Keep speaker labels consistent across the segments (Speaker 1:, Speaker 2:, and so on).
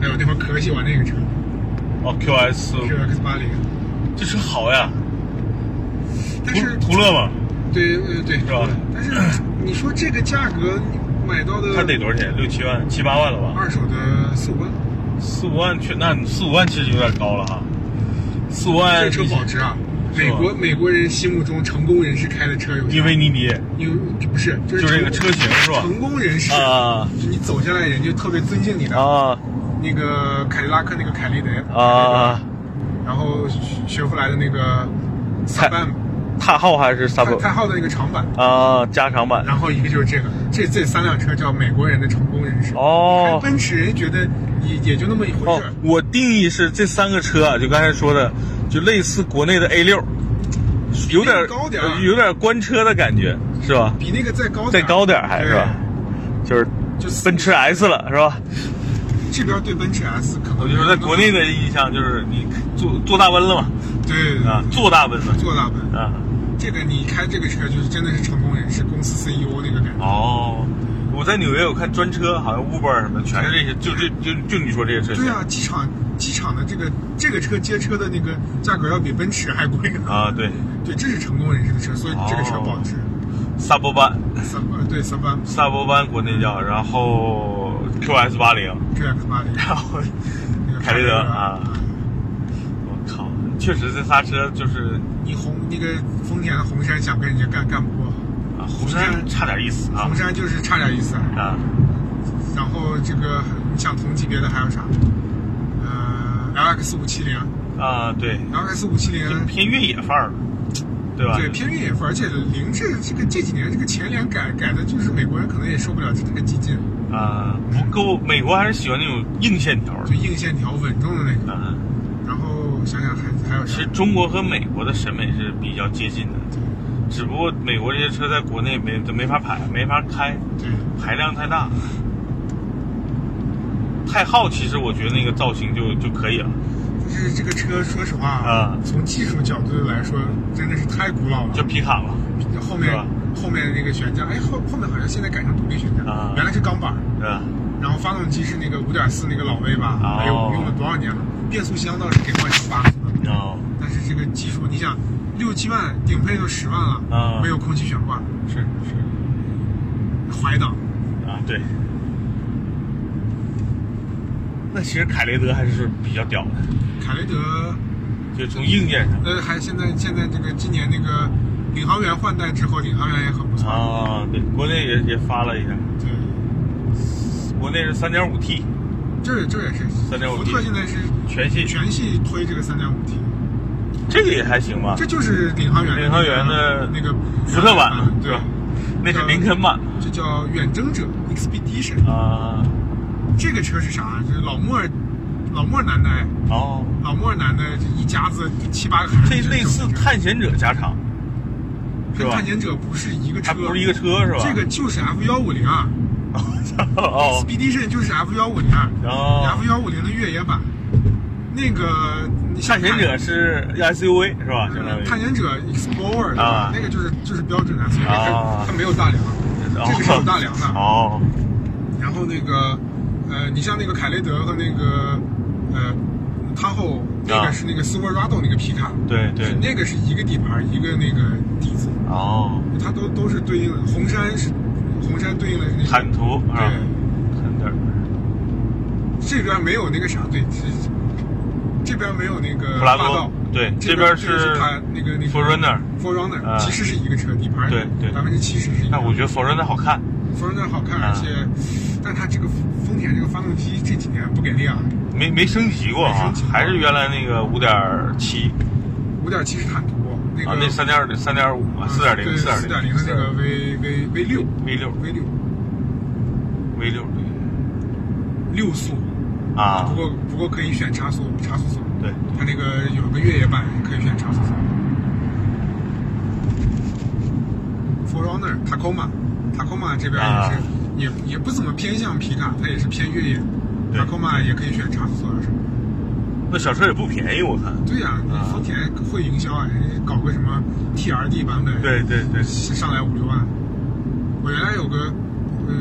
Speaker 1: 哎呦，那会儿可喜欢那个车
Speaker 2: 哦，QS
Speaker 1: ，QX 八零，
Speaker 2: 这车好呀，
Speaker 1: 但是
Speaker 2: 途途乐嘛，
Speaker 1: 对呃对，
Speaker 2: 是吧
Speaker 1: 但是你说这个价格你买到的，
Speaker 2: 它得多少钱？六七万、七八万了吧？
Speaker 1: 二手的四五万，
Speaker 2: 四五万去，那四五万其实有点高了哈。四五
Speaker 1: 这，
Speaker 2: 万
Speaker 1: 车保值啊。
Speaker 2: 是
Speaker 1: 美
Speaker 2: 吗
Speaker 1: 国美国人心目中成功人士开的车有啥
Speaker 2: 因为尼迪
Speaker 1: 有不是就是
Speaker 2: 就
Speaker 1: 成
Speaker 2: 是这个车型是吧？
Speaker 1: 成功人士，
Speaker 2: 啊
Speaker 1: 你走下来人就特别尊敬你的。
Speaker 2: 啊
Speaker 1: 那个凯迪拉克那个凯雷德，
Speaker 2: 啊！
Speaker 1: 然后雪佛兰的那个 Suburban，
Speaker 2: 大号还是
Speaker 1: 泰
Speaker 2: sub
Speaker 1: 泰浩的那个长版，
Speaker 2: 啊？加长版
Speaker 1: 然后一个就是这个，这这三辆车叫美国人的成功人士。开
Speaker 2: 哦
Speaker 1: 奔驰人觉得也也就那么一回
Speaker 2: 哦
Speaker 1: 事儿，，
Speaker 2: 我定义是这三个车啊，就刚才说的，就类似国内的 A 六，有点
Speaker 1: 比那个高点儿
Speaker 2: 有点官车的感觉是吧？
Speaker 1: 比那个再高
Speaker 2: 再
Speaker 1: 点儿
Speaker 2: 高点儿还是吧？就是
Speaker 1: 对就
Speaker 2: 奔驰 S 了是吧？
Speaker 1: 这边对奔驰 S 可能
Speaker 2: 我就说在国内的印象就是你坐坐大奔了嘛，
Speaker 1: 对
Speaker 2: 啊，坐大奔了
Speaker 1: 做大奔，
Speaker 2: 啊。
Speaker 1: 这个你开这个车就是真的是成功人士，公司 CEO 那个感觉。
Speaker 2: 哦，我在纽约我看专车，好像 Uber 什么全是这些，就这就就你说这些车型
Speaker 1: 对啊，机场机场的这个这个车接车的那个价格要比奔驰还贵呢。
Speaker 2: 啊，哦对，
Speaker 1: 对，这是成功人士的车，所以这个车保值。
Speaker 2: 萨博班
Speaker 1: 三呃对三班
Speaker 2: 萨博班国内叫，然后 QS 八零，
Speaker 1: GX 八零，
Speaker 2: 然后
Speaker 1: 那个
Speaker 2: 凯迪
Speaker 1: 雷
Speaker 2: 德啊，我靠，确实这仨车就是
Speaker 1: 你红那个丰田的红杉想跟人家干干不过，
Speaker 2: 啊，红山差点意思啊
Speaker 1: 红杉就是差点意思啊。
Speaker 2: 啊，
Speaker 1: 然后这个你想同级别的还有啥？呃，LX 五七零
Speaker 2: 啊，对，
Speaker 1: ，LX 五七
Speaker 2: 就
Speaker 1: 零。
Speaker 2: 偏越野范儿了，对吧？
Speaker 1: 对偏越野范儿，而且凌志这个这几年这个前脸改改的，就是美国人可能也受不了，这太激进了，
Speaker 2: 啊，不够，美国还是喜欢那种硬线条
Speaker 1: 就
Speaker 2: 的。
Speaker 1: 硬线条稳重的那个。
Speaker 2: 啊，
Speaker 1: 然后想想还还有
Speaker 2: 其
Speaker 1: 啥
Speaker 2: 实？中国和美国的审美是比较接近的，只不过美国这些车在国内没都没法排，没法开，
Speaker 1: 对，
Speaker 2: 排量太大。太浩其实我觉得那个造型就就可以了，
Speaker 1: 就是这个车，说实话
Speaker 2: 啊
Speaker 1: 从技术角度来说，真的是太古老了。
Speaker 2: 就皮卡了。
Speaker 1: 后
Speaker 2: 是
Speaker 1: 面
Speaker 2: 吧
Speaker 1: 后面的那个悬架，哎，后后面好像现在改成独立悬架，
Speaker 2: 啊
Speaker 1: 原来是钢板儿，
Speaker 2: 对吧？
Speaker 1: 然后发动机是那个五点四那个老 V 吧，
Speaker 2: 哦
Speaker 1: 哎呦，用了多少年了？变速箱倒是给换成八速的，
Speaker 2: 哦，
Speaker 1: 但是这个技术，你想六七万顶配都十万了，
Speaker 2: 啊
Speaker 1: 没有空气悬挂，
Speaker 2: 是是
Speaker 1: 怀档，
Speaker 2: 啊，对。那其实凯雷德还是比较屌的，
Speaker 1: 凯雷德，
Speaker 2: 就从硬件上
Speaker 1: 呃，还现在现在这个今年那个领航员换代之后，领航员也很不错，
Speaker 2: 啊，对，国内也也发了一下，
Speaker 1: 对，
Speaker 2: 嗯国内是三点五 T，
Speaker 1: 这这也是，
Speaker 2: 3.5T
Speaker 1: 福特现在是
Speaker 2: 全系
Speaker 1: 全系推这个三点五 T。
Speaker 2: 这个也还行吧
Speaker 1: 这，就是领航员的
Speaker 2: 啊领航员的
Speaker 1: 那个
Speaker 2: 福特版
Speaker 1: 版，嗯
Speaker 2: 对
Speaker 1: 对啊
Speaker 2: 吧，？那是林肯版
Speaker 1: 这叫远征者 Expedition。
Speaker 2: 啊，
Speaker 1: 这个车是啥？就是老莫，老莫男的，哎
Speaker 2: 哦，
Speaker 1: 老莫男的这一家子七八个孩子
Speaker 2: 这类似探险者加长，是
Speaker 1: 跟
Speaker 2: 吧
Speaker 1: 探？险者不是一个车，
Speaker 2: 它不是一个车是吧？
Speaker 1: 这个就是 F 幺五零二
Speaker 2: 哦
Speaker 1: ，Expedition 就是 F 幺五零二啊
Speaker 2: 哦
Speaker 1: ，F，幺五零的越野版。那个你想
Speaker 2: 探险者是 SUV 是吧？相当
Speaker 1: 呃
Speaker 2: 于
Speaker 1: 探险者 Explorer 对吧
Speaker 2: 啊
Speaker 1: 那个就是就是标准的 SUV，、
Speaker 2: 啊
Speaker 1: 它没有大梁，这个是有大梁的。
Speaker 2: 哦
Speaker 1: 然后那个，呃，你像那个凯雷德和那个，呃，塔后那
Speaker 2: 啊
Speaker 1: 个是那个 Silverado 那个皮卡，
Speaker 2: 对对
Speaker 1: 是那个是一个底盘一个那个底子，
Speaker 2: 哦，
Speaker 1: 它都都是对应的。红山是红山对应的是那个，
Speaker 2: 坦途啊，
Speaker 1: 对，
Speaker 2: 坦途，
Speaker 1: 这边没有那个啥，对，这这边没有那个
Speaker 2: 普拉
Speaker 1: 霸
Speaker 2: 多
Speaker 1: 道，
Speaker 2: 对，
Speaker 1: 这
Speaker 2: 边
Speaker 1: 这个是它那个那个
Speaker 2: Forerunner，
Speaker 1: Forerunner，、
Speaker 2: 啊
Speaker 1: 其实是一个车，底盘
Speaker 2: 对对
Speaker 1: 百分之七十是一个。
Speaker 2: 但我觉得 Forerunner 好看，
Speaker 1: Forerunner 好看，
Speaker 2: 啊
Speaker 1: 而且，但它这个丰田这个发动机这几年不给力啊。
Speaker 2: 没没升级过啊
Speaker 1: 没升级，过
Speaker 2: 还是原来那个五点七
Speaker 1: 五点七是坦途，那个嗯
Speaker 2: 啊，那三点二三点五啊，四点零
Speaker 1: 四
Speaker 2: 点
Speaker 1: 点
Speaker 2: 零
Speaker 1: 零的那个 V V V 六
Speaker 2: V 六
Speaker 1: V 六
Speaker 2: V 六对
Speaker 1: 六速，
Speaker 2: 啊
Speaker 1: 不，过不过可以选差速差速锁，
Speaker 2: 对，
Speaker 1: 它那个有个越野版可以选差速锁。Forerunner Tacoma Tacoma 这边也是、
Speaker 2: 啊
Speaker 1: 也也不怎么偏向皮卡，它也是偏越野
Speaker 2: 对
Speaker 1: ，Tacoma 也可以选差速锁的是。
Speaker 2: 那小车也不便宜，我看。
Speaker 1: 对呀、你
Speaker 2: 啊
Speaker 1: 丰田会营销哎，搞个什么 TRD 版本，
Speaker 2: 对对对，
Speaker 1: 上来五六万。我原来有个，呃，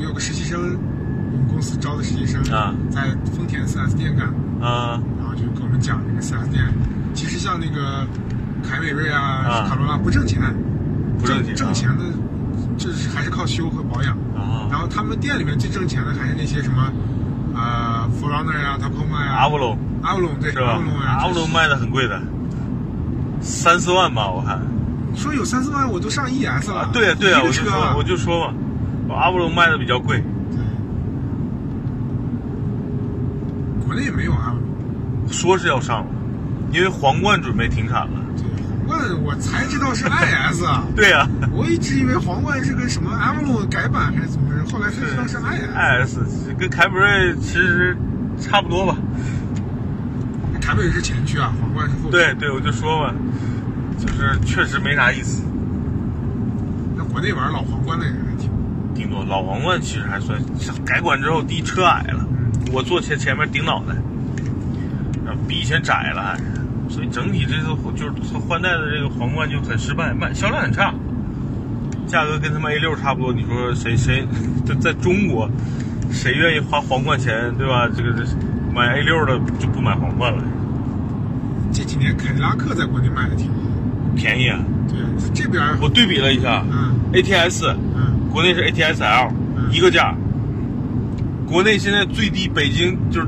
Speaker 1: 有个实习生，我们公司招的实习生，
Speaker 2: 啊
Speaker 1: 在丰田 4S 店干，
Speaker 2: 啊
Speaker 1: 然后就跟我们讲，那个 4S 店其实像那个凯美瑞啊、
Speaker 2: 啊
Speaker 1: 卡罗拉不挣钱，
Speaker 2: 不挣钱啊
Speaker 1: 挣钱的就是还是靠修和保养。然
Speaker 2: 啊
Speaker 1: 后他们店里面最挣钱的还是那些什么，呃，Forerunner 呀、Tacoma 呀、
Speaker 2: 阿波罗
Speaker 1: 阿龙对，
Speaker 2: 是
Speaker 1: 阿
Speaker 2: 吧
Speaker 1: 龙？啊呀，
Speaker 2: 阿波罗卖的很贵的，三四万吧，我看。
Speaker 1: 你说有三四万，我都上 ES 了。
Speaker 2: 啊，对呀、对呀、
Speaker 1: 一
Speaker 2: 我
Speaker 1: 个
Speaker 2: 就
Speaker 1: 车
Speaker 2: 说
Speaker 1: 啊，
Speaker 2: 我就说嘛，我阿波罗卖的比较贵，
Speaker 1: 对国内也没有啊。
Speaker 2: 说是要上了，因为皇冠准备停产了。
Speaker 1: 对，皇冠我才知道是 IS 啊，
Speaker 2: 对呀、
Speaker 1: 我一直以为皇冠是个什么 M 改版还是怎么着，后来才知道是 IS。
Speaker 2: IS 跟凯美瑞其实差不多吧。
Speaker 1: 凯美瑞是前驱啊，皇冠是后驱。，
Speaker 2: 对对，我就说嘛，就是确实没啥意思。
Speaker 1: 那国内玩老皇冠的人还挺多。
Speaker 2: 顶多老皇冠其实还算，改款之后第一车矮了，我坐前前面顶脑袋，啊，比以前窄了还是。所以整体这次就是它换代的这个皇冠就很失败，卖销量很差，价格跟他妈 A 六差不多。你说谁谁在在中国，谁愿意花皇冠钱对吧？这个这买 A 六的就不买皇冠了，
Speaker 1: 这几年凯迪拉克在国内卖的挺好。
Speaker 2: 便宜啊！
Speaker 1: 对，这边儿
Speaker 2: 我对比了一下
Speaker 1: 嗯
Speaker 2: ，ATS
Speaker 1: 嗯
Speaker 2: 国内是 ATS L，、
Speaker 1: 嗯
Speaker 2: 一个价。国内现在最低，北京就是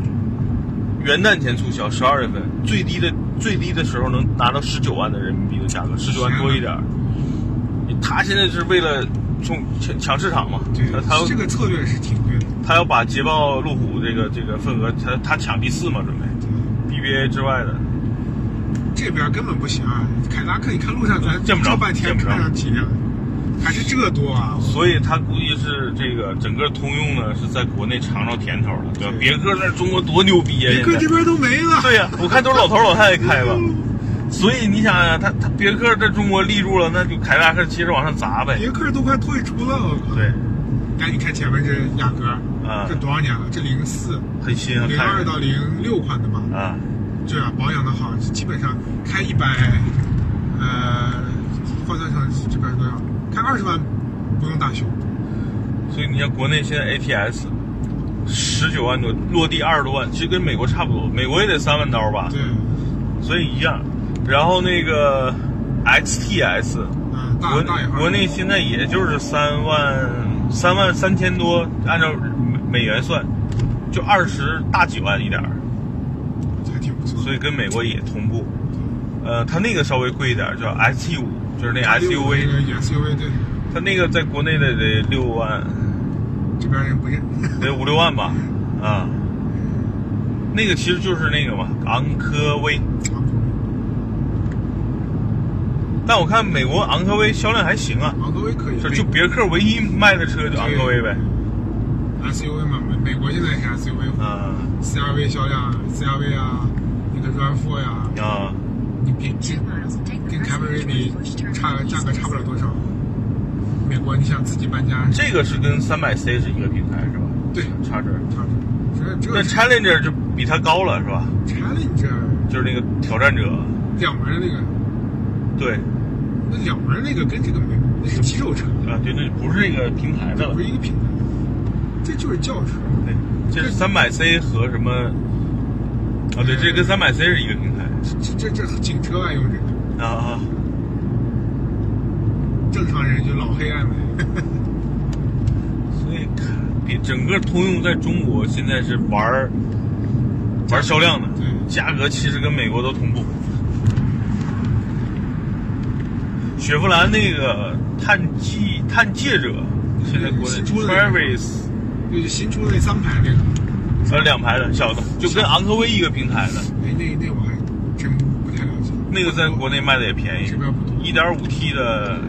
Speaker 2: 元旦前促销，十二月份最低的最低的时候能拿到十九万的人民币的价格，十九万多一点儿。他现在是为了冲抢抢市场嘛，
Speaker 1: 对
Speaker 2: 他他要、
Speaker 1: 这个策略是挺对的。
Speaker 2: 他要把捷豹路虎这个这个份额，他他抢第四嘛，准备 BBA 之外的。
Speaker 1: 这边根本不行啊！凯迪拉克，你看路上咱
Speaker 2: 见不着
Speaker 1: 坐半天
Speaker 2: 见不着
Speaker 1: 看上几辆，还是这多啊！
Speaker 2: 所以他估计是这个整个通用呢是在国内尝着甜头了，对吧？
Speaker 1: 对
Speaker 2: 别克在中国多牛逼呀、
Speaker 1: 别
Speaker 2: 现在
Speaker 1: 克这边都没了。
Speaker 2: 对呀、我看都是老头老太太 开吧。
Speaker 1: 嗯
Speaker 2: 所以你想想，他他别克在中国立住了，那就凯迪拉克接着往上砸呗。
Speaker 1: 别克都快退出了。我靠
Speaker 2: 对，
Speaker 1: 但你看前面这雅阁，
Speaker 2: 啊
Speaker 1: 这多少年了？这零四、
Speaker 2: 很新很
Speaker 1: 零
Speaker 2: 看
Speaker 1: 二
Speaker 2: 人
Speaker 1: 到零六款的吧？
Speaker 2: 啊，
Speaker 1: 对啊，保养的好，基本上开一百，呃，换算成这边多少？开二十万不用大修。
Speaker 2: 所以你像国内现在 ATS 十九万多，落地二十多万，其实跟美国差不多，美国也得三万刀吧，
Speaker 1: 对，
Speaker 2: 所以一样。然后那个 XTS，
Speaker 1: 嗯，大
Speaker 2: 国
Speaker 1: 大一号。
Speaker 2: 国内现在也就是三万三万三千多，按照美元算，就二十大几万一点儿。
Speaker 1: 还挺不错。
Speaker 2: 所以跟美国也同步。呃，它那个稍微贵一点儿，叫 S T 五，就是那 SUV，
Speaker 1: SUV 对，
Speaker 2: 它那个在国内得得六万，
Speaker 1: 这边人不认。
Speaker 2: 得五六万吧，啊，那个其实就是那个嘛，昂科威。 啊但我看美国昂科威销量还行啊，
Speaker 1: 昂科威可以，
Speaker 2: 就就别克唯一卖的车就昂科威呗，
Speaker 1: SUV 嘛，美美国现在是 SUV 化
Speaker 2: 啊
Speaker 1: CRV 销量，CRV 啊，那个 RAV4 呀、
Speaker 2: 啊，
Speaker 1: 你比这跟凯美瑞比差价格差不了多少。美国你想自己搬家，
Speaker 2: 这个是跟三百 C 是一个平台是吧？
Speaker 1: 对，
Speaker 2: 差这儿，
Speaker 1: 差不多。这
Speaker 2: 那
Speaker 1: 这
Speaker 2: Challenger 就比它高了是吧？
Speaker 1: Challenger
Speaker 2: 就是那个挑战者，
Speaker 1: 两门的那个，
Speaker 2: 对，
Speaker 1: 那两门那个跟这个没，那是肌肉车，
Speaker 2: 啊对，那不是那个平台的了
Speaker 1: 不。是一个品牌，这就是轿车。
Speaker 2: 对，这是三百 C 和什么？啊，对，这跟三百 C 是一个平台
Speaker 1: 这这这警车爱用这个，
Speaker 2: 啊啊！
Speaker 1: 正常人就老黑爱买。
Speaker 2: 所以看，比整个通用在中国现在是玩儿玩儿销量的，
Speaker 1: 对
Speaker 2: 价格其实跟美国都同步。雪佛兰那个探界探界者，现在国
Speaker 1: 嗯
Speaker 2: 内
Speaker 1: 新出的那个
Speaker 2: Travis
Speaker 1: 就是新出那三排那个，
Speaker 2: 呃两排的小的，就跟昂科威一个平台的，
Speaker 1: 哎，那那我还真不太了解。
Speaker 2: 那个在国内卖的也便宜
Speaker 1: 这边不多，
Speaker 2: 一点五 T 的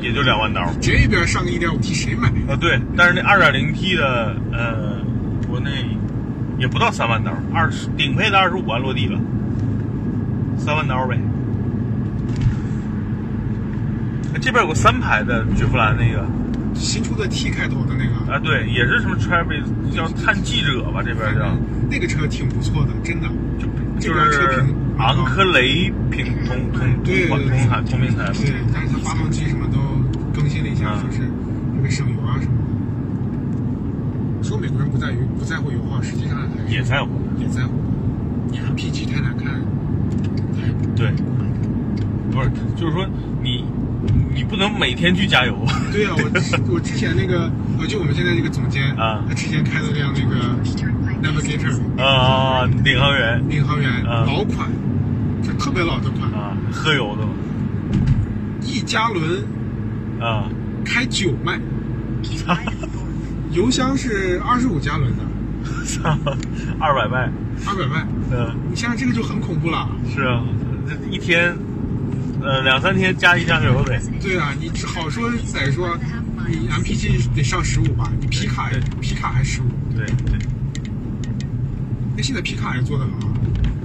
Speaker 2: 也就两万刀。
Speaker 1: 这边上个一点五 T 谁买？
Speaker 2: 啊，对，但是那二点零 T 的，呃，国内也不到三万刀，二十顶配的二十五万落地了，三万刀呗。这边有个三排的雪佛兰那个，
Speaker 1: 新出的 T 开头的那个，
Speaker 2: 啊，对，也是什么 traffic 叫探记者吧，嗯这边叫
Speaker 1: 那个车挺不错的，真的。
Speaker 2: 就
Speaker 1: 这
Speaker 2: 就
Speaker 1: 边车
Speaker 2: 是
Speaker 1: 评啊
Speaker 2: 昂科雷平同同
Speaker 1: 对
Speaker 2: 同
Speaker 1: 对对
Speaker 2: 同台同平台嘛，
Speaker 1: 对，但是它发动机什么都更新了一下，
Speaker 2: 啊
Speaker 1: 说是这个省油啊什么的。说美国人不在于不在乎油耗，实际上还是
Speaker 2: 也在乎。
Speaker 1: 也在乎。你看 P 7太难看，哎太
Speaker 2: 对，不是，就是说你你不能每天去加油，
Speaker 1: 对啊，我之 我之前那个呃，就我们现在这个总监
Speaker 2: 啊
Speaker 1: 他之前开的辆那个 Navigator
Speaker 2: 啊，领航员
Speaker 1: 领航员
Speaker 2: 啊
Speaker 1: 老款，就特别老的款，
Speaker 2: 啊，喝油的嘛
Speaker 1: 一加仑
Speaker 2: 啊，
Speaker 1: 开九迈，油箱是二十五加仑的，
Speaker 2: 操，二百迈，
Speaker 1: 二百迈，
Speaker 2: 嗯，
Speaker 1: 你想想这个就很恐怖了。
Speaker 2: 是啊，这一天，呃，两三天加一加油得，
Speaker 1: 对啊，你好说歹说，你 M P G 得上十五吧，你皮卡也
Speaker 2: 对
Speaker 1: 皮卡还十五，
Speaker 2: 对对，
Speaker 1: 那现在皮卡也做得很好，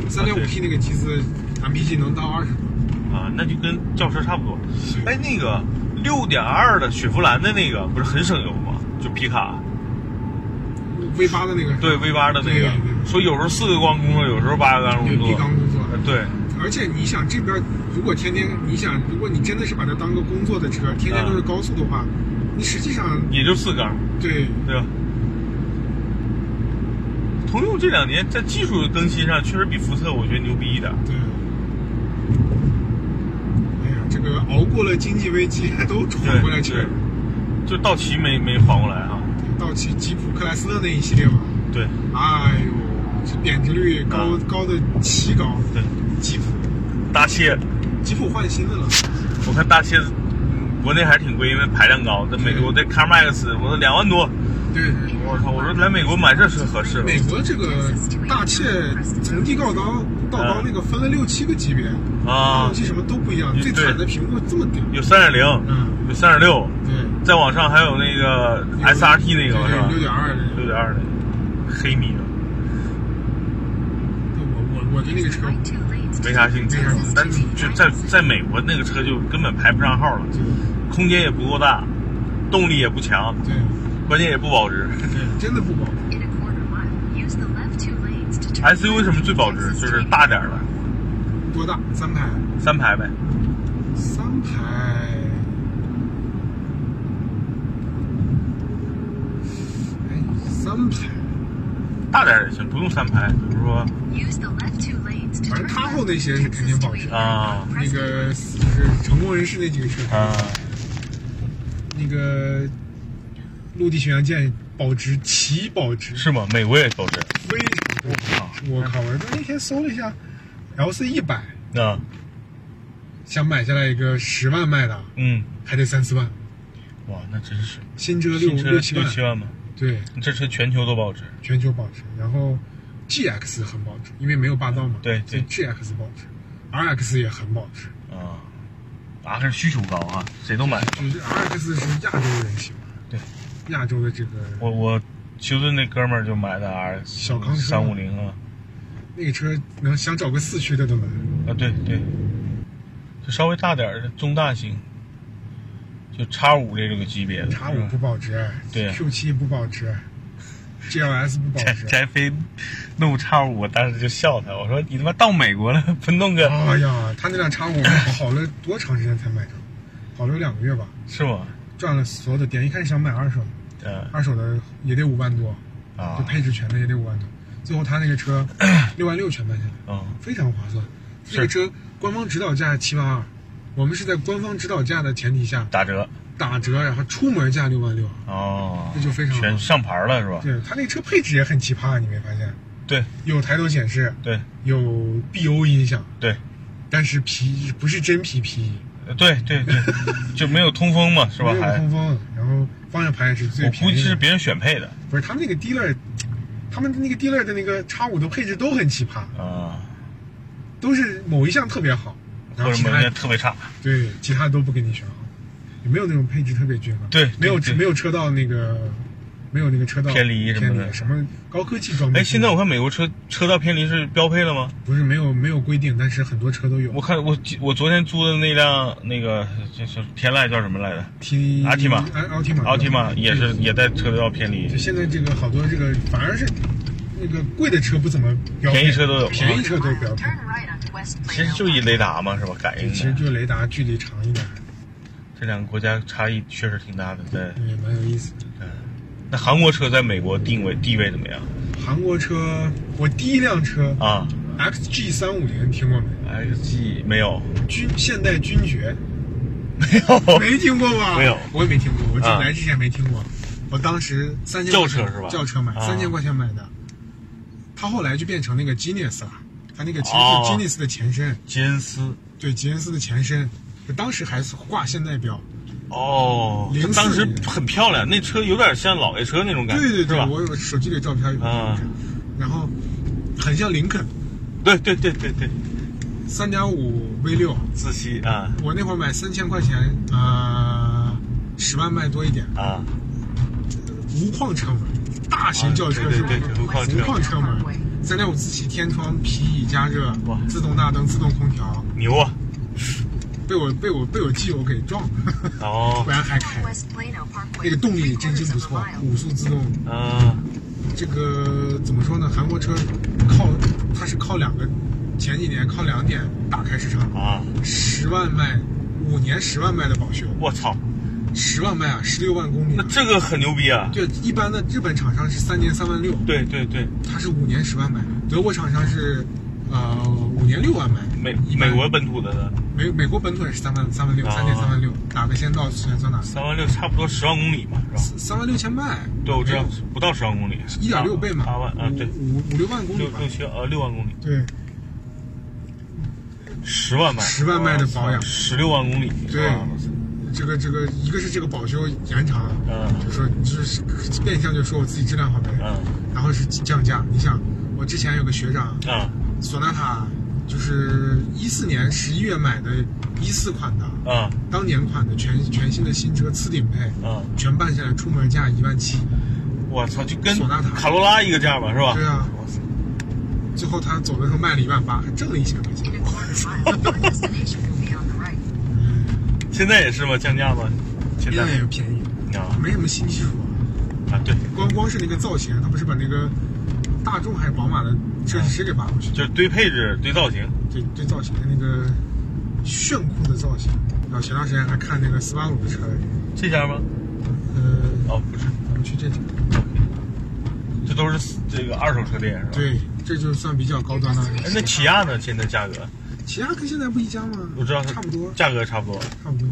Speaker 1: 三点五 T 那个机子 M P G 能到二十多，
Speaker 2: 啊，那就跟轿车差不多。哎，那个六点二的雪佛兰的那个不是很省油吗？就皮卡，
Speaker 1: ，V 八的那个
Speaker 2: 对 V 八的那
Speaker 1: 对
Speaker 2: 个
Speaker 1: 对对，
Speaker 2: 说有时候四个缸工作，有时候八个缸
Speaker 1: 对
Speaker 2: 工
Speaker 1: 低
Speaker 2: 作，
Speaker 1: 缸工作，
Speaker 2: 呃对。
Speaker 1: 而且你想这边如果天天你想如果你真的是把它当个工作的车，天天都是高速的话，
Speaker 2: 嗯
Speaker 1: 你实际上
Speaker 2: 也就四缸，
Speaker 1: 对
Speaker 2: 对吧？通用这两年在技术更新上确实比福特我觉得牛逼一点，
Speaker 1: 对。哎呀，这个熬过了经济危机， 都
Speaker 2: 对
Speaker 1: 缓过来去了。
Speaker 2: 对就道奇没没缓过来啊，
Speaker 1: 到吉吉普克莱斯勒那一系列吧，
Speaker 2: 对
Speaker 1: 哎呦，这贬值率高、
Speaker 2: 啊
Speaker 1: 高的奇高。
Speaker 2: 对，
Speaker 1: 吉普
Speaker 2: 大切，
Speaker 1: 吉普换新的了，
Speaker 2: 我看大切嗯国内还是挺贵，因为排量高，在美国的 CarMax 我说两万多，
Speaker 1: 对对。
Speaker 2: 我操，我说来美国买这车合适吗？
Speaker 1: 美国这个大切从低到高到高
Speaker 2: 啊
Speaker 1: 那个分了六七个级别，发
Speaker 2: 啊
Speaker 1: 动，机什么都不一样，
Speaker 2: 对
Speaker 1: 最惨的屏幕这么屌，
Speaker 2: 有三点零，
Speaker 1: 嗯，
Speaker 2: 有三点六，
Speaker 1: 对
Speaker 2: 再往上还有那个 SRT 那个是吧
Speaker 1: 六？点二的，
Speaker 2: 六点二的黑米的。
Speaker 1: 我我我对那个车，
Speaker 2: 没啥兴趣
Speaker 1: 没啥兴趣，
Speaker 2: 但是就在在美国那个车就根本排不上号了，
Speaker 1: 对
Speaker 2: 空间也不够大，动力也不强，
Speaker 1: 对
Speaker 2: 关键也不保值。
Speaker 1: 对，真的不保，
Speaker 2: SUV 什么最保值？就是大点儿的，
Speaker 1: 多大？三排，
Speaker 2: 三排呗，
Speaker 1: 三排。哎，三排，
Speaker 2: 大点儿也行，不用三排，比如说
Speaker 1: 反正他后那些是肯定保值
Speaker 2: 啊
Speaker 1: 那个就是成功人士那几个车，
Speaker 2: 啊，
Speaker 1: 那个陆地巡洋舰保值奇保值，
Speaker 2: 是吗？美国也保值，
Speaker 1: 非常多。我靠！我那天搜了一下，LC 一百
Speaker 2: 啊，
Speaker 1: 想买下来一个十万卖的，
Speaker 2: 嗯，
Speaker 1: 还得三四万，
Speaker 2: 哇，那真是
Speaker 1: 新车六
Speaker 2: 新车
Speaker 1: 六
Speaker 2: 六
Speaker 1: 七
Speaker 2: 七
Speaker 1: 万，
Speaker 2: 万吧？
Speaker 1: 对，
Speaker 2: 这车全球都保值，
Speaker 1: 全球保值。然后 GX 很保值，因为没有霸道嘛，
Speaker 2: 对
Speaker 1: 所
Speaker 2: 对
Speaker 1: 以，GX 保值，RX 也很保值，
Speaker 2: 啊，啊，还是需求高啊，谁都买。
Speaker 1: 就是 RX 是亚洲人喜欢，
Speaker 2: 对，
Speaker 1: 亚洲的这个
Speaker 2: 我我休顿那哥们儿就买的 R
Speaker 1: 小康车
Speaker 2: 三五零啊。
Speaker 1: 那个车能想找个四驱的都能，
Speaker 2: 啊，对对，就稍微大点儿的中大型，就叉五这个级别的。
Speaker 1: 叉五不保值，
Speaker 2: 对啊
Speaker 1: q 7不保值，GLS 不保
Speaker 2: 翟
Speaker 1: 值，
Speaker 2: 翟飞弄叉五，我当时就笑他，我说你他妈到美国了，不弄个、
Speaker 1: 哎呀，他那辆叉五跑了多长时间才买着？跑了有两个月吧，
Speaker 2: 是吗？
Speaker 1: 转了所有的店。一开始想买二手的，
Speaker 2: 嗯
Speaker 1: 二手的也得五万多，就
Speaker 2: 啊
Speaker 1: 配置全的也得五万多。最后他那个车六万六全卖下来，
Speaker 2: 嗯
Speaker 1: 非常划算。这个车官方指导价七万二，我们是在官方指导价的前提下
Speaker 2: 打折
Speaker 1: 打折，然后出门价六万六。
Speaker 2: 哦，
Speaker 1: 这就非常好
Speaker 2: 全上牌了是吧？
Speaker 1: 对他那车配置也很奇葩，你没发现？
Speaker 2: 对
Speaker 1: 有抬头显示，
Speaker 2: 对
Speaker 1: 有 BO 音响，
Speaker 2: 对
Speaker 1: 但是皮不是真皮皮衣，
Speaker 2: 呃对对对，就没有通风嘛是吧？
Speaker 1: 没有
Speaker 2: 还
Speaker 1: 通风，然后方向盘也是最
Speaker 2: 我
Speaker 1: 便
Speaker 2: 估
Speaker 1: 宜
Speaker 2: 计
Speaker 1: 的。
Speaker 2: 是别人选配的
Speaker 1: 不是他们那个 dealer，他们那个 dealer 的那个叉五的配置都很奇葩，
Speaker 2: 啊，
Speaker 1: 都是某一项特别好，然
Speaker 2: 或
Speaker 1: 后
Speaker 2: 者
Speaker 1: 其
Speaker 2: 某
Speaker 1: 他
Speaker 2: 些特别差。
Speaker 1: 对其他都不给你选好，也没有那种配置特别均衡。
Speaker 2: 对
Speaker 1: 没有
Speaker 2: 对对
Speaker 1: 没有车道那个没有那个车道
Speaker 2: 偏离什么的
Speaker 1: 偏离什么高科技装备。
Speaker 2: 哎，现在我看美国车车道偏离是标配了吗？
Speaker 1: 不是没有没有规定，但是很多车都有
Speaker 2: 我。看我我昨天租的那辆那个这是天籁叫什么来着？
Speaker 1: T
Speaker 2: 阿提玛
Speaker 1: 啊奥提玛，
Speaker 2: 奥提玛也是也在车道偏离
Speaker 1: 就，现在这个好多这个反而是那个贵的车不怎么标配，
Speaker 2: 便宜车都有
Speaker 1: 便宜车都标配。
Speaker 3: Turn right onto West
Speaker 2: 其
Speaker 3: Plano
Speaker 2: 实就一雷达嘛，是吧？感应
Speaker 1: 其实
Speaker 2: 的。
Speaker 1: 就雷达距离长一点，
Speaker 2: 这两个国家差异确实挺大的，在
Speaker 1: 也蛮有意思的。
Speaker 2: 那韩国车在美国定位地位怎么样
Speaker 1: 韩国车，我第一辆车
Speaker 2: 啊
Speaker 1: XG 三五零听过没？
Speaker 2: ？XG 没 有，
Speaker 1: 军现代军爵
Speaker 2: 没有，
Speaker 1: 没听过吧？
Speaker 2: 没有
Speaker 1: 我也没听过。我进
Speaker 2: 啊
Speaker 1: 来之前没听过。我当时三千
Speaker 2: 轿
Speaker 1: 块钱
Speaker 2: 车是吧
Speaker 1: 轿车买
Speaker 2: 啊
Speaker 1: 三千块钱买的，它后来就变成那个 Genius 了，它那个其实
Speaker 2: 哦
Speaker 1: 是 Genius 的前身，
Speaker 2: 吉恩斯。
Speaker 1: 对吉恩斯的前身。就当时还是挂现代标，
Speaker 2: 哦，
Speaker 1: 04
Speaker 2: 它当时很漂亮，那车有点像老爷车那种感觉，
Speaker 1: 对对
Speaker 2: 是
Speaker 1: 对，
Speaker 2: 吧？
Speaker 1: 我有手机里照片有，
Speaker 2: 啊
Speaker 1: 然后很像林肯，
Speaker 2: 对对对对对，
Speaker 1: 三点五 V 六，
Speaker 2: 自吸啊
Speaker 1: 我那会儿买三千块钱，呃，十万卖多一点，
Speaker 2: 啊，
Speaker 1: 无框车门，大型轿车
Speaker 2: 啊对
Speaker 1: 是吧？
Speaker 2: 对对无框车
Speaker 1: 无框车门，三点五自吸天窗、皮椅加热
Speaker 2: 哇、
Speaker 1: 自动大灯、自动空调，
Speaker 2: 牛啊！
Speaker 1: 被我被我被我基友给撞了，
Speaker 2: 哦
Speaker 1: 不，然还开。
Speaker 3: West Plano Parkway.
Speaker 1: 那个动力真心不错，五速自动。
Speaker 2: 啊，
Speaker 1: 这个怎么说呢？韩国车靠它是靠两个，前几年靠两点打开市场，
Speaker 2: 啊，
Speaker 1: 十万卖，五年十万卖的保修，
Speaker 2: 我操，
Speaker 1: 十万卖啊，十六万公里
Speaker 2: 那
Speaker 1: 啊。
Speaker 2: 这个很牛逼啊！
Speaker 1: 对，一般的日本厂商是三年三万六，
Speaker 2: 对对对，
Speaker 1: 它是五年十万买；德国厂商是，呃，五年六万买。
Speaker 2: 美
Speaker 1: 一般
Speaker 2: 美国本土的呢，
Speaker 1: 美美国本土也是三万三万六，
Speaker 2: 啊
Speaker 1: 三点三万六，哪个先到谁算哪个。
Speaker 2: 三万六差不多十万公里嘛，是吧？
Speaker 1: 三万六千迈，哎
Speaker 2: 对，我知道不到十万公里，
Speaker 1: 一点六倍嘛，
Speaker 2: 八万啊，对，
Speaker 1: 五五五六万公里
Speaker 2: 六
Speaker 1: 吧
Speaker 2: 六，七呃六万公里，
Speaker 1: 对，
Speaker 2: 十万迈，
Speaker 1: 10万迈的保养
Speaker 2: 十六万公里，啊
Speaker 1: 对
Speaker 2: 哇塞
Speaker 1: 这个这个一个是这个保修延长，
Speaker 2: 嗯
Speaker 1: 就说就是变相就说我自己质量好呗，
Speaker 2: 嗯
Speaker 1: 然后是降价。你想，我之前有个学长，
Speaker 2: 嗯
Speaker 1: 索纳塔就是一四年十一月买的，一四款的，
Speaker 2: 嗯
Speaker 1: 当年款的全全新的新车次顶配，
Speaker 2: 嗯，
Speaker 1: 全办下来出门价一万七，
Speaker 2: 我操，就跟
Speaker 1: 索纳塔
Speaker 2: 卡罗拉一个价吧，是吧？
Speaker 1: 对啊
Speaker 2: 哇塞
Speaker 1: 最后他走的时候卖了一万八，还挣了一千块钱
Speaker 3: In。a quarter mile, your destination will be on the right.
Speaker 2: 现在也是吗？降价吗？现
Speaker 1: 现
Speaker 2: 在
Speaker 1: 在也便宜，
Speaker 2: 啊
Speaker 1: 没什么新技术啊，
Speaker 2: 啊，对，
Speaker 1: 光光是那个造型，他不是把那个大众还是宝马的车
Speaker 2: 嗯
Speaker 1: 谁给拔过去？
Speaker 2: 就是堆配置、堆造型，
Speaker 1: 对对造型的那个炫酷的造型。然后前段时间还看那个斯巴鲁的车来着，
Speaker 2: 这家吗？
Speaker 1: 呃，
Speaker 2: 哦，不是，
Speaker 1: 咱们去这家，
Speaker 2: 这都是四这个二手车店是吧？。
Speaker 1: 对，这就算比较高端的。
Speaker 2: 哎，那起亚呢？现在价格
Speaker 1: 起亚跟现在不一家吗？
Speaker 2: 我知道它
Speaker 1: 差不多，
Speaker 2: 价格差不多。
Speaker 1: 差不多。